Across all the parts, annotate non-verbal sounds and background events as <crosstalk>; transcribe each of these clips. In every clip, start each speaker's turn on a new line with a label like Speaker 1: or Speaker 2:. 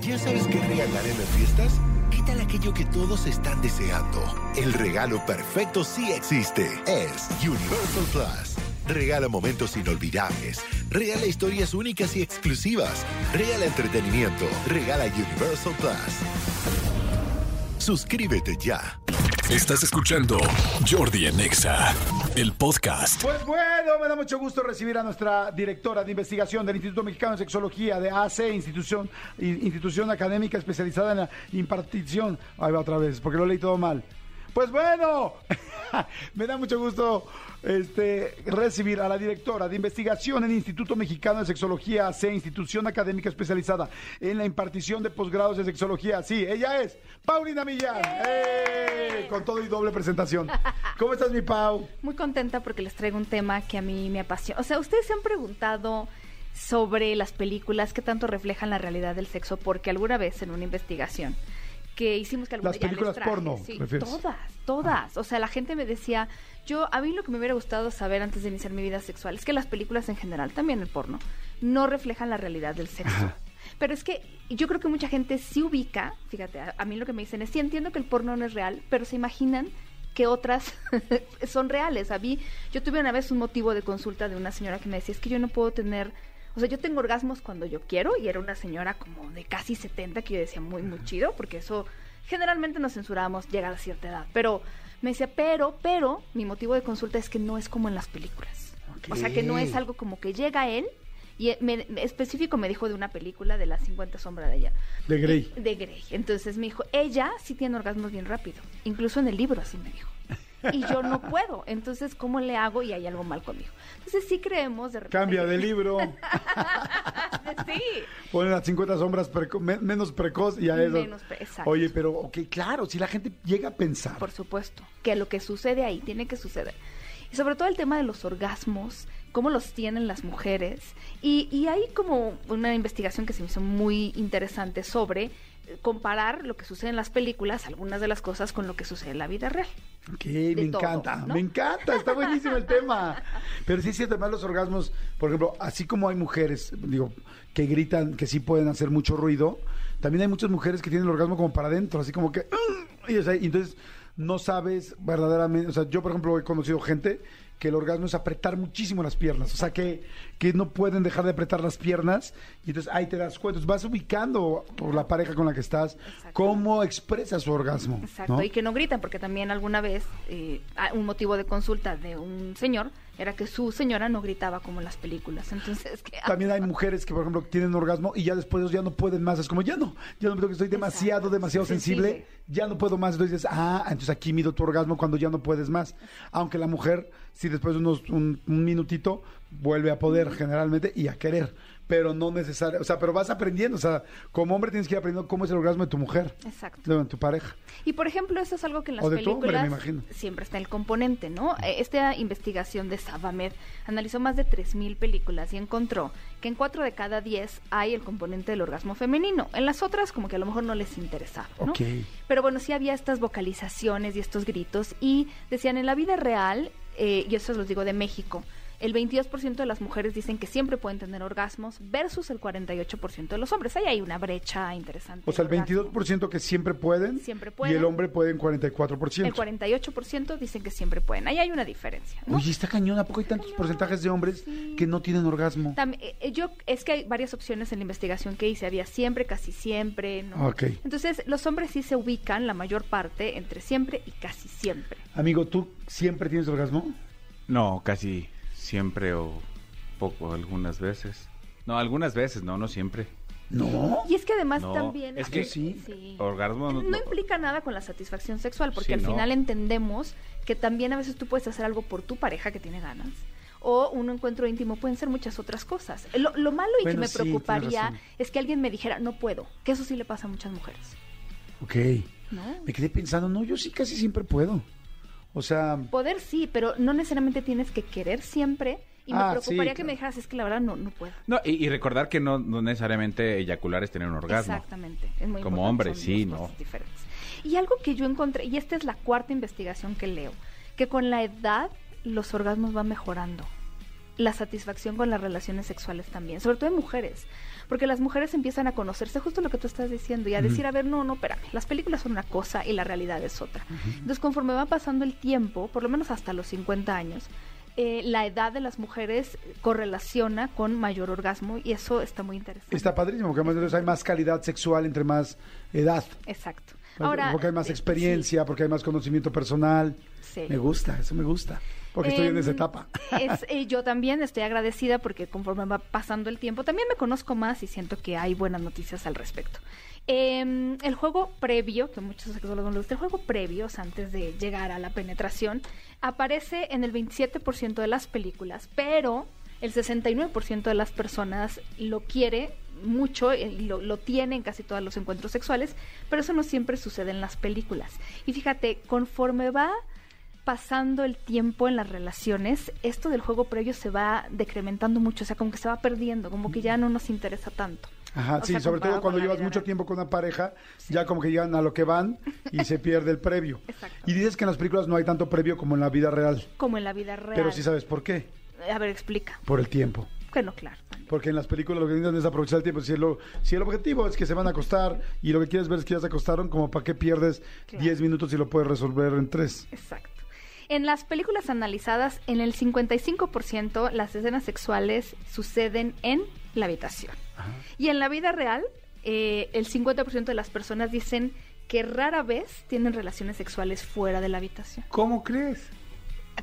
Speaker 1: ¿Ya sabes qué regalar en las fiestas? ¿Qué tal aquello que todos están deseando? El regalo perfecto sí existe. Es Universal Plus. Regala momentos inolvidables. Regala historias únicas y exclusivas. Regala entretenimiento. Regala Universal Plus. Suscríbete ya.
Speaker 2: Estás escuchando Jordi Anexa, el podcast.
Speaker 3: Pues bueno, me da mucho gusto recibir a nuestra directora de investigación del Instituto Mexicano de Sexología, de AC, institución, institución académica especializada en la impartición. Ahí va otra vez, porque lo leí todo mal. Pues bueno, <laughs> me da mucho gusto este, recibir a la directora de investigación en el Instituto Mexicano de Sexología AC, institución académica especializada en la impartición de posgrados de sexología. Sí, ella es Paulina Millán. ¡Eh! Con todo y doble presentación. ¿Cómo estás, mi Pau?
Speaker 4: Muy contenta porque les traigo un tema que a mí me apasiona. O sea, ustedes se han preguntado sobre las películas que tanto reflejan la realidad del sexo, porque alguna vez en una investigación que hicimos que
Speaker 3: Las películas
Speaker 4: traje,
Speaker 3: porno,
Speaker 4: sí,
Speaker 3: ¿refieres?
Speaker 4: todas, todas. O sea, la gente me decía, yo a mí lo que me hubiera gustado saber antes de iniciar mi vida sexual es que las películas en general, también el porno, no reflejan la realidad del sexo. Pero es que yo creo que mucha gente sí ubica, fíjate, a, a mí lo que me dicen es, sí entiendo que el porno no es real, pero se imaginan que otras <laughs> son reales. A mí, yo tuve una vez un motivo de consulta de una señora que me decía, es que yo no puedo tener, o sea, yo tengo orgasmos cuando yo quiero, y era una señora como de casi 70 que yo decía, muy, muy chido, porque eso generalmente nos censuramos llegar a cierta edad. Pero me decía, pero, pero, mi motivo de consulta es que no es como en las películas. O sea, que no es algo como que llega él. Y eh, me- me- específico me dijo de una película de las 50 sombras de ella.
Speaker 3: De Grey.
Speaker 4: De Grey. Entonces me dijo, ella sí tiene orgasmos bien rápido. Incluso en el libro así me dijo. Y
Speaker 3: <laughs>
Speaker 4: yo no puedo. Entonces, ¿cómo le hago? Y hay algo mal conmigo. Entonces sí creemos de repente.
Speaker 3: Cambia
Speaker 4: que-
Speaker 3: de
Speaker 4: <laughs>
Speaker 3: libro.
Speaker 4: sí.
Speaker 3: Pone las 50 sombras preco- me- menos precoz y a eso.
Speaker 4: Menos pre- exacto.
Speaker 3: Oye, pero, ok, claro, si la gente llega a pensar.
Speaker 4: Por supuesto. Que lo que sucede ahí tiene que suceder. Y sobre todo el tema de los orgasmos, cómo los tienen las mujeres. Y, y hay como una investigación que se me hizo muy interesante sobre eh, comparar lo que sucede en las películas, algunas de las cosas, con lo que sucede en la vida real.
Speaker 3: Ok, me
Speaker 4: todo,
Speaker 3: encanta,
Speaker 4: ¿no?
Speaker 3: me encanta, está buenísimo el
Speaker 4: <laughs>
Speaker 3: tema. Pero sí es cierto, además los orgasmos, por ejemplo, así como hay mujeres, digo, que gritan, que sí pueden hacer mucho ruido, también hay muchas mujeres que tienen el orgasmo como para adentro, así como que... "Mm", Y, o sea, y entonces no sabes verdaderamente, o sea, yo por ejemplo he conocido gente que el orgasmo es apretar muchísimo las piernas, o sea, que, que no pueden dejar de apretar las piernas, y entonces ahí te das cuenta, entonces vas ubicando por la pareja con la que estás,
Speaker 4: Exacto.
Speaker 3: cómo expresa su orgasmo.
Speaker 4: Exacto,
Speaker 3: ¿no?
Speaker 4: y que no gritan, porque también alguna vez eh, ah, un motivo de consulta de un señor era que su señora no gritaba como en las películas. Entonces, que ah,
Speaker 3: También hay mujeres que, por ejemplo, tienen orgasmo y ya después de eso ya no pueden más. Es como, ya no, ya no que estoy demasiado,
Speaker 4: Exacto.
Speaker 3: demasiado sensible,
Speaker 4: Sensible.
Speaker 3: ya no puedo más. Entonces dices, ah, entonces aquí mido tu orgasmo cuando ya no puedes más. Aunque la mujer, si después de unos, un, un minutito, vuelve a poder generalmente y a querer. Pero no necesario, o sea, pero vas aprendiendo. O sea, como hombre tienes que ir aprendiendo cómo es el orgasmo de tu mujer,
Speaker 4: Exacto.
Speaker 3: de tu pareja.
Speaker 4: Y por ejemplo, eso es algo que en las
Speaker 3: O de tu hombre,
Speaker 4: películas
Speaker 3: me imagino.
Speaker 4: siempre está el componente, ¿no? Eh, Esta investigación de Savamed analizó más de 3.000 películas y encontró que en 4 de cada 10 hay el componente del orgasmo femenino. En las otras como que a lo mejor no les interesaba, ¿no?
Speaker 3: Ok.
Speaker 4: Pero bueno, sí había estas vocalizaciones y estos gritos y decían en la vida real, eh, y eso los digo de México, el 22% de las mujeres dicen que siempre pueden tener orgasmos versus el 48% de los hombres. Ahí hay una brecha interesante.
Speaker 3: O sea, el
Speaker 4: de orgasmo.
Speaker 3: 22% que siempre pueden. Y
Speaker 4: Siempre
Speaker 3: el
Speaker 4: pueden.
Speaker 3: hombre puede en 44%.
Speaker 4: El 48% dicen que siempre pueden. Ahí hay una diferencia. ¿no?
Speaker 3: Oye, está cañón. ¿A poco hay tantos
Speaker 4: cañón,
Speaker 3: porcentajes de hombres
Speaker 4: sí.
Speaker 3: que no tienen orgasmo?
Speaker 4: Tam- eh, eh, yo es que hay varias opciones en la investigación que hice. Había siempre, casi siempre. ¿no?
Speaker 3: Ah, Ok.
Speaker 4: Entonces, los hombres sí se ubican, la mayor parte, entre siempre y casi siempre.
Speaker 3: Amigo, ¿tú siempre tienes orgasmo?
Speaker 5: No, casi siempre o poco, algunas veces. No, algunas veces, no, no siempre.
Speaker 3: No.
Speaker 4: Y es que además
Speaker 5: No,
Speaker 4: también...
Speaker 5: es que
Speaker 3: sí.
Speaker 5: Orgasmo
Speaker 4: No implica nada con la satisfacción sexual, porque
Speaker 5: Sí,
Speaker 4: al
Speaker 5: no.
Speaker 4: final entendemos que también a veces tú puedes hacer algo por tu pareja que tiene ganas. O un encuentro íntimo, pueden ser muchas otras cosas. Lo, lo malo y
Speaker 3: Bueno,
Speaker 4: que me
Speaker 3: sí, tienes
Speaker 4: preocuparía
Speaker 3: razón.
Speaker 4: es que alguien me dijera, no puedo, que eso sí le pasa a muchas mujeres.
Speaker 3: Ok.
Speaker 4: ¿no?
Speaker 3: Me quedé pensando, no, yo sí casi siempre puedo. O sea,
Speaker 4: Poder sí, pero no necesariamente tienes que querer siempre. Y me
Speaker 3: Ah,
Speaker 4: preocuparía
Speaker 3: sí,
Speaker 4: que
Speaker 3: claro.
Speaker 4: me dijeras, es que la verdad no, no puedo.
Speaker 5: No, y, y recordar que no, no necesariamente eyacular es tener un orgasmo.
Speaker 4: Exactamente. Es muy
Speaker 5: Como
Speaker 4: importante,
Speaker 5: hombre,
Speaker 4: son
Speaker 5: sí,
Speaker 4: dos
Speaker 5: ¿no?
Speaker 4: cosas diferentes. Y algo que yo encontré, y esta es la cuarta investigación que leo, que con la edad los orgasmos van mejorando. La satisfacción con las relaciones sexuales también, sobre todo en mujeres. Porque las mujeres empiezan a conocerse, justo lo que tú estás diciendo, y a decir, a ver, no, no, espérame, las películas son una cosa y la realidad es otra. Entonces, conforme va pasando el tiempo, por lo menos hasta los 50 años, eh, la edad de las mujeres correlaciona con mayor orgasmo y eso está muy interesante.
Speaker 3: Está padrísimo, porque además entonces hay más calidad sexual entre más edad.
Speaker 4: Exacto.
Speaker 3: porque hay más
Speaker 4: eh,
Speaker 3: experiencia, porque hay más conocimiento personal.
Speaker 4: Sí.
Speaker 3: Me gusta, eso me gusta. Porque estoy en
Speaker 4: Em,
Speaker 3: esa etapa. <laughs>
Speaker 4: es, eh, yo también estoy agradecida porque conforme va pasando el tiempo, también me conozco más y siento que hay buenas noticias al respecto. Em, el juego previo, que a muchos sexólogos les gusta, el juego previo, o sea, antes de llegar a la penetración, aparece en el 27% de las películas, pero el 69% de las personas lo quiere mucho eh, y lo, lo tiene en casi todos los encuentros sexuales, pero eso no siempre sucede en las películas. Y fíjate, conforme va pasando el tiempo en las relaciones, esto del juego previo se va decrementando mucho, o sea, como que se va perdiendo, como que ya no nos interesa tanto.
Speaker 3: Ajá,
Speaker 4: O
Speaker 3: sí,
Speaker 4: sea,
Speaker 3: sobre todo
Speaker 4: comparado
Speaker 3: cuando
Speaker 4: con la
Speaker 3: llevas
Speaker 4: vida
Speaker 3: mucho
Speaker 4: real.
Speaker 3: tiempo con una pareja, ya como que llegan a lo que van y
Speaker 4: <laughs>
Speaker 3: se pierde el previo.
Speaker 4: Exacto.
Speaker 3: Y dices que en las películas no hay tanto previo como en la vida real,
Speaker 4: Como en la vida real.
Speaker 3: pero sí sabes por qué,
Speaker 4: A ver, explica.
Speaker 3: por el tiempo.
Speaker 4: Que no, claro. también.
Speaker 3: Porque en las películas lo que intentan es aprovechar el tiempo. Si, lo- si el objetivo es que se van a acostar y lo que quieres ver es que ya se acostaron, como para qué pierdes
Speaker 4: Claro.
Speaker 3: 10 minutos si lo puedes resolver en 3.
Speaker 4: Exacto. En las películas analizadas, en el 55% las escenas sexuales suceden en la habitación. Y en la vida real, eh, el 50% de las personas dicen que rara vez tienen relaciones sexuales fuera de la habitación.
Speaker 5: ¿Cómo crees?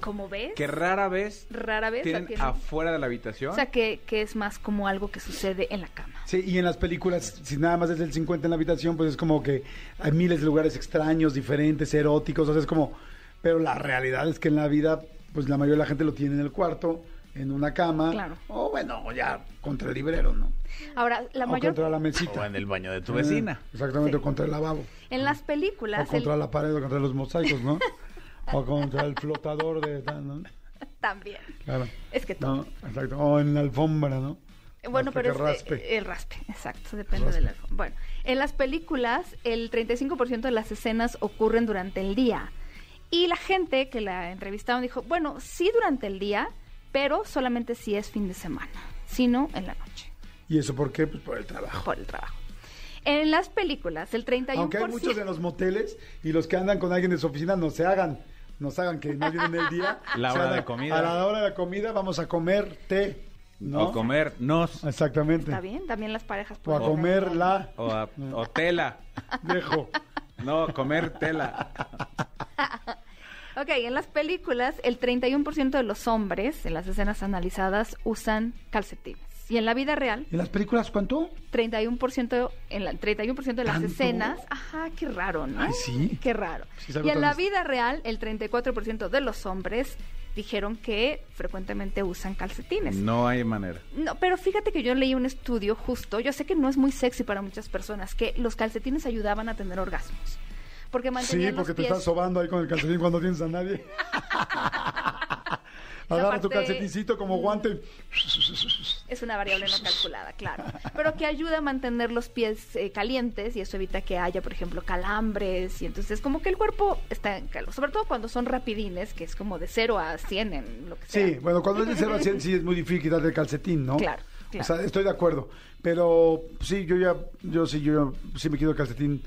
Speaker 4: Como ves,
Speaker 5: Que rara vez
Speaker 4: rara vez la
Speaker 5: tienen
Speaker 4: tienen.
Speaker 5: afuera de la habitación.
Speaker 4: O sea, que, que es más como algo que sucede en la cama.
Speaker 3: Sí, y en las películas, si nada más es el 50 en la habitación, pues es como que hay miles de lugares extraños, diferentes, eróticos, o sea, es como... Pero la realidad es que en la vida, pues la mayoría de la gente lo tiene en el cuarto, en una cama,
Speaker 4: Claro.
Speaker 3: o bueno, ya contra el librero, ¿no?
Speaker 4: Ahora, la
Speaker 3: o
Speaker 4: mayor
Speaker 3: contra la mesita.
Speaker 5: o en el baño de tu vecina.
Speaker 3: Eh, Exactamente,
Speaker 4: Sí.
Speaker 3: o contra el lavabo.
Speaker 4: en las
Speaker 3: O
Speaker 4: películas el-
Speaker 3: contra la pared, o contra los mosaicos,
Speaker 4: <laughs>
Speaker 3: ¿no? o contra el flotador de... ¿no?
Speaker 4: también.
Speaker 3: Claro.
Speaker 4: Es que todo. Eh,
Speaker 3: No, exacto. O en la alfombra, ¿no?
Speaker 4: Bueno,
Speaker 3: Hasta
Speaker 4: pero
Speaker 3: que
Speaker 4: es,
Speaker 3: raspe.
Speaker 4: eh, el raspe, exacto, depende del
Speaker 3: Raspe.
Speaker 4: iPhone. Bueno, en las películas el 35% de las escenas ocurren durante el día. Y la gente que la entrevistaron dijo, bueno, sí durante el día, pero solamente si es fin de semana, si no en la noche,
Speaker 3: ¿Y eso por qué? Pues por el trabajo.
Speaker 4: por el trabajo. En las películas el 31%...
Speaker 3: Aunque hay muchos en los moteles y los que andan con alguien de su oficina no se hagan, nos hagan que no vienen el día.
Speaker 5: <laughs> La
Speaker 3: Se
Speaker 5: hora de
Speaker 3: hagan,
Speaker 5: la comida.
Speaker 3: A la hora de la comida vamos a comer té, ¿no?
Speaker 5: O comer nos.
Speaker 3: Exactamente.
Speaker 4: Está bien, también las parejas
Speaker 3: O a
Speaker 4: pueden-
Speaker 3: comer la
Speaker 5: O, a- o tela.
Speaker 3: dejo.
Speaker 5: No, comer tela.
Speaker 4: Ok, en las películas el 31% de los hombres en las escenas analizadas usan calcetines. Y en la vida real,
Speaker 3: ¿En las películas cuánto?
Speaker 4: 31%, en la, 31 de las
Speaker 3: ¿Tanto?
Speaker 4: escenas, ajá, qué raro, ¿no?
Speaker 3: Ay, sí.
Speaker 4: Qué raro.
Speaker 3: Sí, es algo
Speaker 4: y en la
Speaker 3: tan-
Speaker 4: vida real, el 34% de los hombres dijeron que frecuentemente usan calcetines.
Speaker 5: No hay manera.
Speaker 4: No, pero fíjate que yo leí un estudio justo, yo sé que no es muy sexy para muchas personas, que los calcetines ayudaban a tener orgasmos. Porque
Speaker 3: Sí,
Speaker 4: mantenían los
Speaker 3: porque te
Speaker 4: pies-
Speaker 3: estás sobando ahí con el calcetín cuando tienes a nadie.
Speaker 4: <laughs>
Speaker 3: Agarra tu
Speaker 4: parte-
Speaker 3: calcetincito
Speaker 4: mm,
Speaker 3: como guante.
Speaker 4: Es una variable no calculada, claro. Pero que ayuda a mantener los pies eh, calientes y eso evita que haya, por ejemplo, calambres. Y entonces, como que el cuerpo está en calor. Sobre todo cuando son rapidines, que es como de 0 a 100 en lo que sea.
Speaker 3: Sí, bueno, cuando es de 0 a 100 sí es muy difícil quitar el calcetín, ¿no?
Speaker 4: Claro, claro.
Speaker 3: O sea, estoy de acuerdo. Pero sí, yo ya, yo sí, yo ya, sí me quito el calcetín,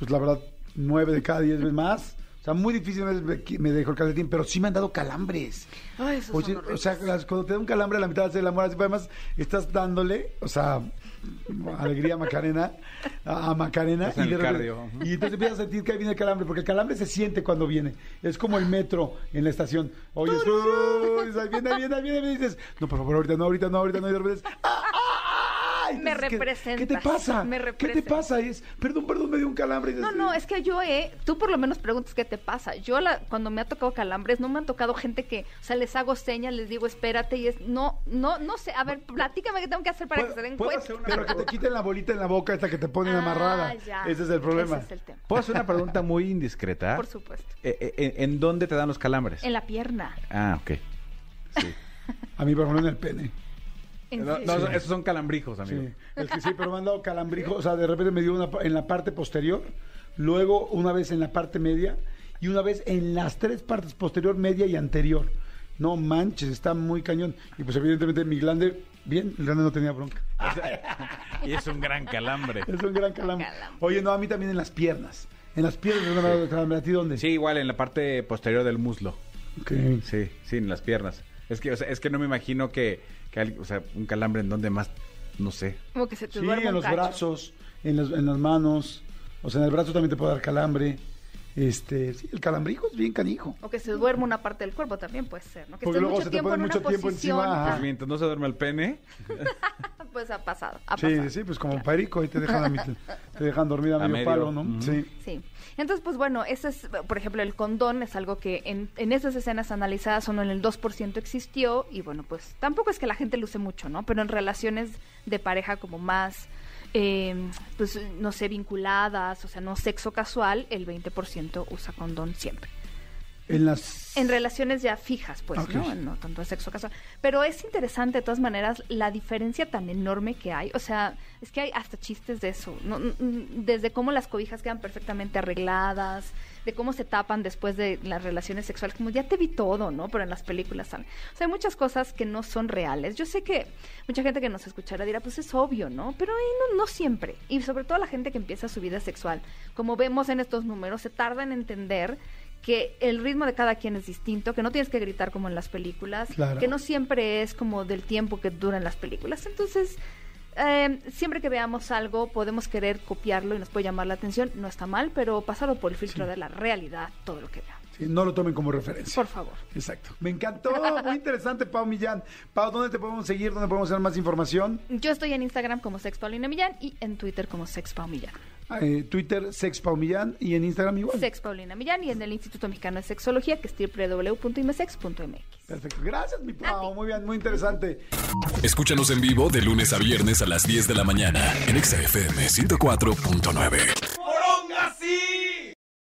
Speaker 3: pues la verdad, 9 de cada 10 veces más. O sea, muy difícil me- me dejo el calcetín, pero sí me han dado calambres.
Speaker 4: <laughs> Ay, esos
Speaker 3: Oye,
Speaker 4: son
Speaker 3: Pues o
Speaker 4: horribles.
Speaker 3: sea, las- cuando te da un calambre a la mitad de la amor, así, pero además estás dándole, o sea, alegría a Macarena, a, a Macarena.
Speaker 5: Es el
Speaker 3: de repente-
Speaker 5: cardio.
Speaker 3: y entonces empiezas a sentir que ahí viene el calambre, porque el calambre se siente cuando viene. Es como el metro en la estación. Oye, viene, ahí viene, ahí viene, y dices, no, por favor, ahorita no, ahorita no, ahorita no, y de repente es, ¡ah, ah, ah! Y
Speaker 4: Me
Speaker 3: dices, "¿Qué- ¿Qué te
Speaker 4: representas,
Speaker 3: pasa?
Speaker 4: me
Speaker 3: ¿Qué te
Speaker 4: representas.
Speaker 3: pasa? Y es, perdón, perdón, me dio un calambre. Y
Speaker 4: No,
Speaker 3: dices,
Speaker 4: no, es que yo, eh, tú por lo menos preguntas qué te pasa. Yo la, cuando me ha tocado calambres, no me han tocado gente que, o sea, les hago señas, les digo espérate y es, no, no, no sé, a ver, platícame qué tengo que hacer para
Speaker 3: ¿Puedo-
Speaker 4: que se den
Speaker 3: puedo
Speaker 4: cuenta.
Speaker 3: hacer una Pero que te quiten la bolita en la boca esta que te ponen
Speaker 4: Ah,
Speaker 3: amarrada.
Speaker 4: ya.
Speaker 3: Ese es el problema. ¿Ah?
Speaker 4: Ese es el tema,
Speaker 5: ¿Puedo hacer una pregunta muy indiscreta?
Speaker 4: por supuesto.
Speaker 5: Eh, eh, eh, ¿En dónde te dan los calambres?
Speaker 4: En la pierna.
Speaker 5: Ah, ok. Sí.
Speaker 3: A mí, por ejemplo, en el pene.
Speaker 4: En
Speaker 5: No,
Speaker 4: sí.
Speaker 5: no, esos son calambrijos, amigo.
Speaker 3: Sí, es que sí, pero me han dado calambrijo, o sea, de repente me dio una pa- en la parte posterior, luego una vez en la parte media y una vez en las tres partes posterior, media y anterior. No manches, está muy cañón. Y pues evidentemente mi glande, bien, el glande no tenía bronca.
Speaker 5: O sea, y es un gran calambre.
Speaker 3: Es un gran calambre.
Speaker 4: Calambre.
Speaker 3: Oye, no, a mí también en las piernas. En las piernas, no me ha dado calambre. ¿A ti dónde?
Speaker 5: Sí, igual en la parte posterior del muslo.
Speaker 3: Ok.
Speaker 5: Sí, sí, en las piernas. Es que, o sea, es que no me imagino que, que al- o sea, un calambre en donde más, no sé.
Speaker 4: Como que se te
Speaker 3: Sí,
Speaker 4: duerme
Speaker 3: en
Speaker 4: un
Speaker 3: los
Speaker 4: cacho.
Speaker 3: brazos, en, las- en las manos. O sea, en el brazo también te puede dar calambre. Este, sí, el calambrico es bien canijo.
Speaker 4: O que se duerma una parte del cuerpo también puede ser, ¿no? Que
Speaker 3: Porque
Speaker 4: estés
Speaker 3: luego
Speaker 4: mucho
Speaker 3: se te
Speaker 4: tiempo
Speaker 3: pone
Speaker 4: en una
Speaker 3: mucho tiempo
Speaker 4: posición.
Speaker 3: encima, ajá.
Speaker 5: Pues mientras no se duerme el pene,
Speaker 4: ah, pues ha pasado, ha pasado.
Speaker 3: Sí, sí, pues como perico, ahí te dejan, a mitad- te dejan dormir a
Speaker 5: A
Speaker 3: medio,
Speaker 5: medio,
Speaker 3: palo, ¿no?
Speaker 5: ujú.
Speaker 3: Sí.
Speaker 4: Sí. Entonces, pues bueno, ese es, por ejemplo, el condón es algo que en, en esas escenas analizadas solo en el 2% existió y bueno, pues tampoco es que la gente lo use mucho, ¿no? Pero en relaciones de pareja como más, eh, pues no sé, vinculadas, o sea, no sexo casual, el 20% usa condón siempre.
Speaker 3: En las...
Speaker 4: En relaciones ya fijas, pues,
Speaker 3: Ok.
Speaker 4: ¿no? No tanto de sexo casual. Pero es interesante, de todas maneras, la diferencia tan enorme que hay. O sea, es que hay hasta chistes de eso. ¿no? N- n- Desde cómo las cobijas quedan perfectamente arregladas, de cómo se tapan después de las relaciones sexuales. Como ya te vi todo, ¿no? Pero en las películas salen. O sea, hay muchas cosas que no son reales. Yo sé que mucha gente que nos escuchará dirá, pues es obvio, ¿no? Pero eh, no, no siempre. Y sobre todo la gente que empieza su vida sexual. Como vemos en estos números, se tarda en entender que el ritmo de cada quien es distinto, que no tienes que gritar como en las películas,
Speaker 3: Claro.
Speaker 4: que no siempre es como del tiempo que duran las películas. Entonces, eh, siempre que veamos algo, podemos querer copiarlo y nos puede llamar la atención. No está mal, pero pasado por el filtro de la realidad, todo lo que veamos.
Speaker 3: Sí, no lo tomen como referencia.
Speaker 4: Por favor.
Speaker 3: Exacto. Me encantó, muy interesante, Pau Millán. Pau, ¿dónde te podemos seguir? ¿Dónde podemos tener más información?
Speaker 4: Yo estoy en Instagram como Sex Paulina Millán y en Twitter como Sex Pau Millán.
Speaker 3: Eh, Twitter, Sex Pau Millán, y en Instagram igual.
Speaker 4: Sex Paulina Millán y en el Instituto Mexicano de Sexología, que es www.imsex.mx.
Speaker 3: Perfecto. Gracias, mi Pau. Muy bien, muy interesante.
Speaker 2: Escúchanos en vivo de lunes a viernes a las 10 de la mañana en Exa FM 104.9.